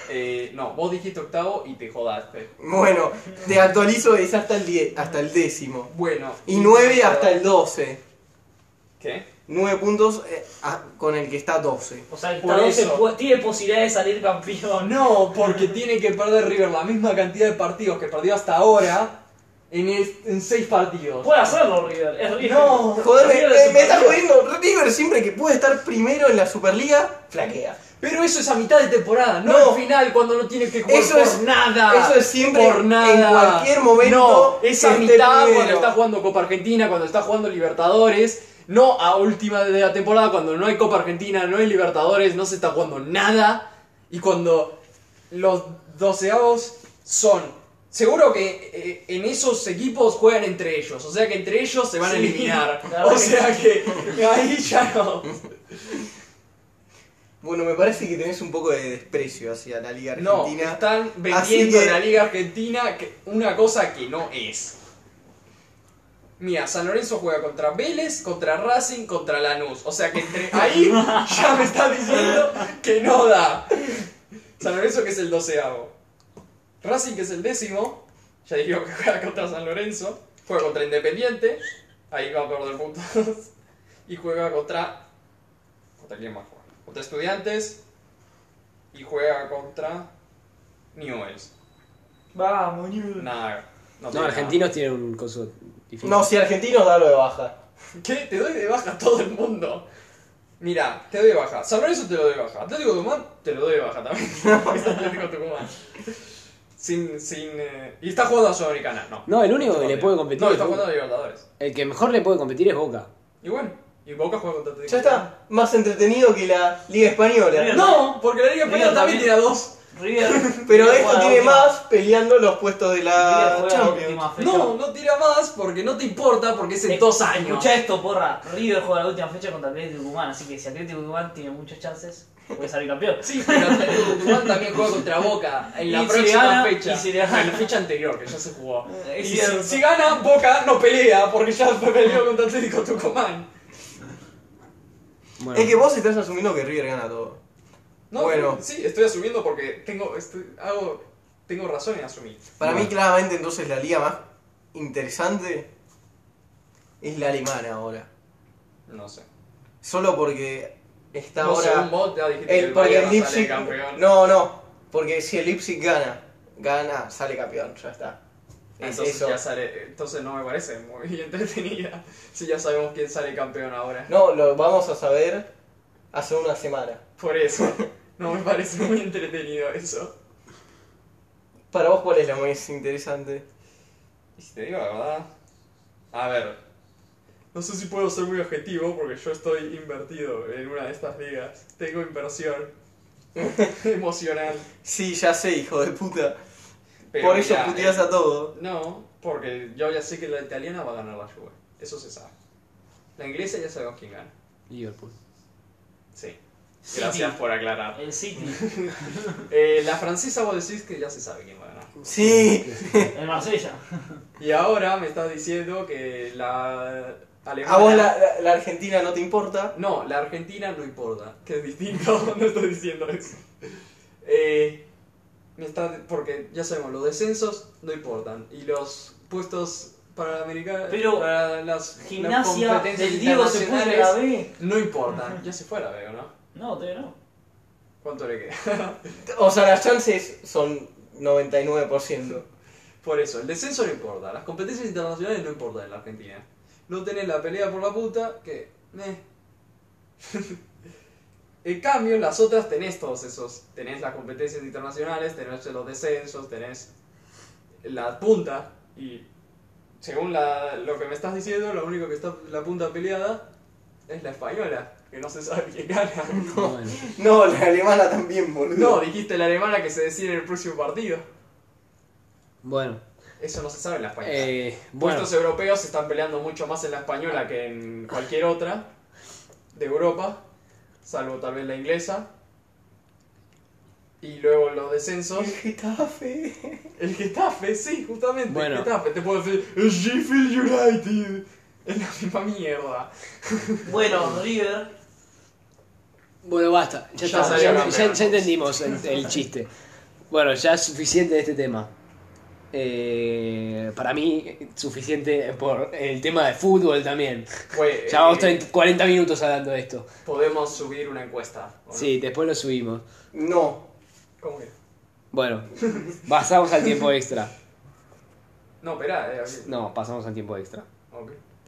C: Eh, no, vos dijiste octavo y te jodaste.
B: Bueno, te actualizo es hasta el, die- hasta el décimo.
C: Bueno.
B: Y 9 hasta el 12.
C: ¿Qué?
B: 9 puntos eh, a- con el que está 12.
D: O sea, que
C: Por
D: está 12
C: eso.
D: pu- tiene posibilidad de salir campeón.
C: No, porque tiene que perder River la misma cantidad de partidos que perdió hasta ahora en, es- en seis partidos.
D: Puede hacerlo, River. Es River.
C: No,
B: Joder, me,
D: River
B: me-
D: es un
B: me está
D: partido.
B: jodiendo. River siempre que puede estar primero en la Superliga, flaquea.
C: Pero eso es a mitad de temporada, no,
B: No.
C: al final cuando no tiene que jugar
B: Eso
C: por
B: es-
C: nada.
B: eso es siempre
C: por nada.
B: en cualquier momento
C: No, es a
B: que esté
C: mitad cuando
B: primero.
C: está jugando Copa Argentina, cuando está jugando Libertadores. No a última de la temporada cuando no hay Copa Argentina, no hay Libertadores, no se está jugando nada. Y cuando los doceavos son. Seguro que eh, en esos equipos juegan entre ellos, o sea que entre ellos se van a
B: [laughs]
D: Sí,
C: eliminar.
D: la
C: O
D: verdad
C: sea que ahí ya no.
B: Bueno, me parece que tenés un poco de desprecio hacia la Liga
C: No,
B: Argentina.
C: están
B: Así
C: vendiendo
B: que-
C: en la Liga Argentina que- una cosa que no es. Mira, San Lorenzo juega contra Vélez, contra Racing, contra Lanús. O sea
B: [laughs]
C: que entre ahí ya me están diciendo que no da. San Lorenzo que es el doceavo. Racing que es el décimo. Ya digo que juega contra San Lorenzo. Juega contra Independiente. Ahí va a perder puntos. [laughs] Y juega contra... ¿Contra quién más juega? Contra Estudiantes. Y juega contra... Newells.
D: Vamos, Newell's.
C: Nada. No,
A: No,
C: tiene
A: argentinos tienen un coso difícil.
B: No, si argentinos da lo de baja.
C: nada. ¿Qué? Te doy de baja a todo el mundo. Mira, te doy de baja.
A: [laughs]
C: [laughs] San Lorenzo te lo doy de baja. Atlético Tucumán te lo doy de baja también. Es Atlético Tucumán. Sin, sin, eh, y está jugando a Sudamericana, no.
A: No, el único
C: Está
A: que le
C: jugando.
A: puede competir
C: No,
A: es
C: está
A: Boca.
C: jugando a Libertadores.
A: El que mejor le puede competir es Boca.
C: Y bueno, y Boca juega contra Atlético.
B: Ya está, más entretenido que la Liga Española.
D: Bien.
H: No, porque la Liga Española también
D: River también.
H: tiene a dos.
B: [laughs]
D: River.
B: Pero
D: River
B: esto
D: juega
B: tiene
D: la
B: más peleando los puestos de
D: última-
B: la
D: River juega la
B: Champions.
D: última fecha.
H: No, no tira más porque no te importa porque
D: Eh,
H: es en dos años.
D: Escucha esto, porra. River juega la última fecha contra Atlético de Tucumán, así que si Atlético de Tucumán tiene muchas chances, puede salir campeón.
H: Sí, pero Atlético de Tucumán también juega contra Boca en la
D: Y si
H: próxima
D: gana,
H: fecha.
D: y si le
C: En
D: gana.
C: la fecha anterior, que ya se jugó.
D: Es
H: Y
D: cierto.
H: si, si gana, Boca no pelea porque ya peleó contra Atlético Tucumán.
A: Bueno,
B: Es que vos estás asumiendo que River gana todo.
C: No,
B: Bueno.
C: sí, estoy asumiendo porque tengo, estoy- hago, tengo razón en asumir.
B: Para mí,
A: Bueno.
B: claramente, entonces la liga más interesante es la alemana ahora.
C: No sé.
B: Solo porque está
C: No,
B: ahora.
C: según vos ya dijiste que
B: El,
C: el
B: porque el
C: Bayern no sale
B: Leipzig.
C: campeón.
B: No, no. Porque si el Leipzig gana, gana, sale campeón, ya está. Es
C: Entonces,
B: eso.
C: ya sale, entonces no me parece muy [laughs] entretenida si ya sabemos quién sale campeón ahora.
B: No, lo vamos a saber hace una semana.
C: Por eso, no me parece muy entretenido eso.
B: Para vos, ¿cuál es la más interesante?
C: Y si te digo la verdad, a ver, no sé si puedo ser muy objetivo porque yo estoy invertido en una de estas ligas. Tengo inversión [laughs] emocional.
B: Sí, ya sé, hijo de puta.
C: Pero eh.
B: Por eso
C: mira,
B: puteas a todo.
C: No, porque yo ya sé que la italiana va a ganar la Juve. Eso se sabe. La inglesa ya sabemos quién gana.
A: Liverpool.
C: Sí.
D: City.
C: Gracias
B: [laughs]
C: por aclarar.
D: El City,
C: Eh, la francesa vos decís que ya se sabe quién va a ganar.
B: Sí.
D: el Marsella.
C: Y ahora me estás diciendo que la alemana...
B: A Ah, vos la, la- la Argentina no te importa.
C: No, la argentina no importa. Que es distinto, [laughs] no estoy diciendo eso. Eh, me está... Porque ya sabemos, los descensos no importan. Y los puestos para la americana...
D: Pero
C: para las, las
D: Gimnasia
C: competencias
D: del Diego se puso en la
C: internacionales
D: B.
C: No importan. Ya se fuera, veo, ¿no?
D: No, todavía no.
C: ¿Cuánto le queda?
B: O sea, las chances son 99%.
C: Por eso, el descenso no importa, las competencias internacionales no importan en la Argentina. No tenés la pelea por la puta, que. meh. [laughs] en cambio, en las otras tenés todos esos. Tenés las competencias internacionales, tenés los descensos, tenés la punta. Y según la- lo que me estás diciendo, lo único que está la punta peleada es la española, que no se sabe quién gana.
A: [laughs] Bueno,
B: No, la alemana también,
C: No,
B: boludo.
C: dijiste la alemana que se decide en el próximo partido.
A: bueno,
C: Eso no se sabe en la española.
A: eh, bueno,
C: Puestos europeos se están peleando mucho más en la española que en cualquier otra de Europa, salvo tal vez la inglesa. Y luego los descensos.
B: El Getafe.
C: [laughs] El Getafe, sí, justamente.
A: Bueno.
C: El Getafe, te puedo decir, "El Sheffield United. Es la misma mierda.
D: Bueno, River.
A: bueno, basta. Ya,
C: Ya
A: está,
C: salió
A: ya-
C: campeón.
A: ya- ya entendimos el, el chiste. Bueno, ya es suficiente de este tema. Eh, para mí, suficiente por el tema de fútbol también.
C: Güey,
A: Ya vamos
C: eh,
A: 30 40 minutos hablando de esto.
C: podemos subir una encuesta. ¿o no?
A: Sí, después lo subimos.
B: No.
C: ¿Cómo que? [laughs]
A: Bueno, pasamos al tiempo extra.
C: No, espera. eh,
A: No, pasamos al tiempo extra.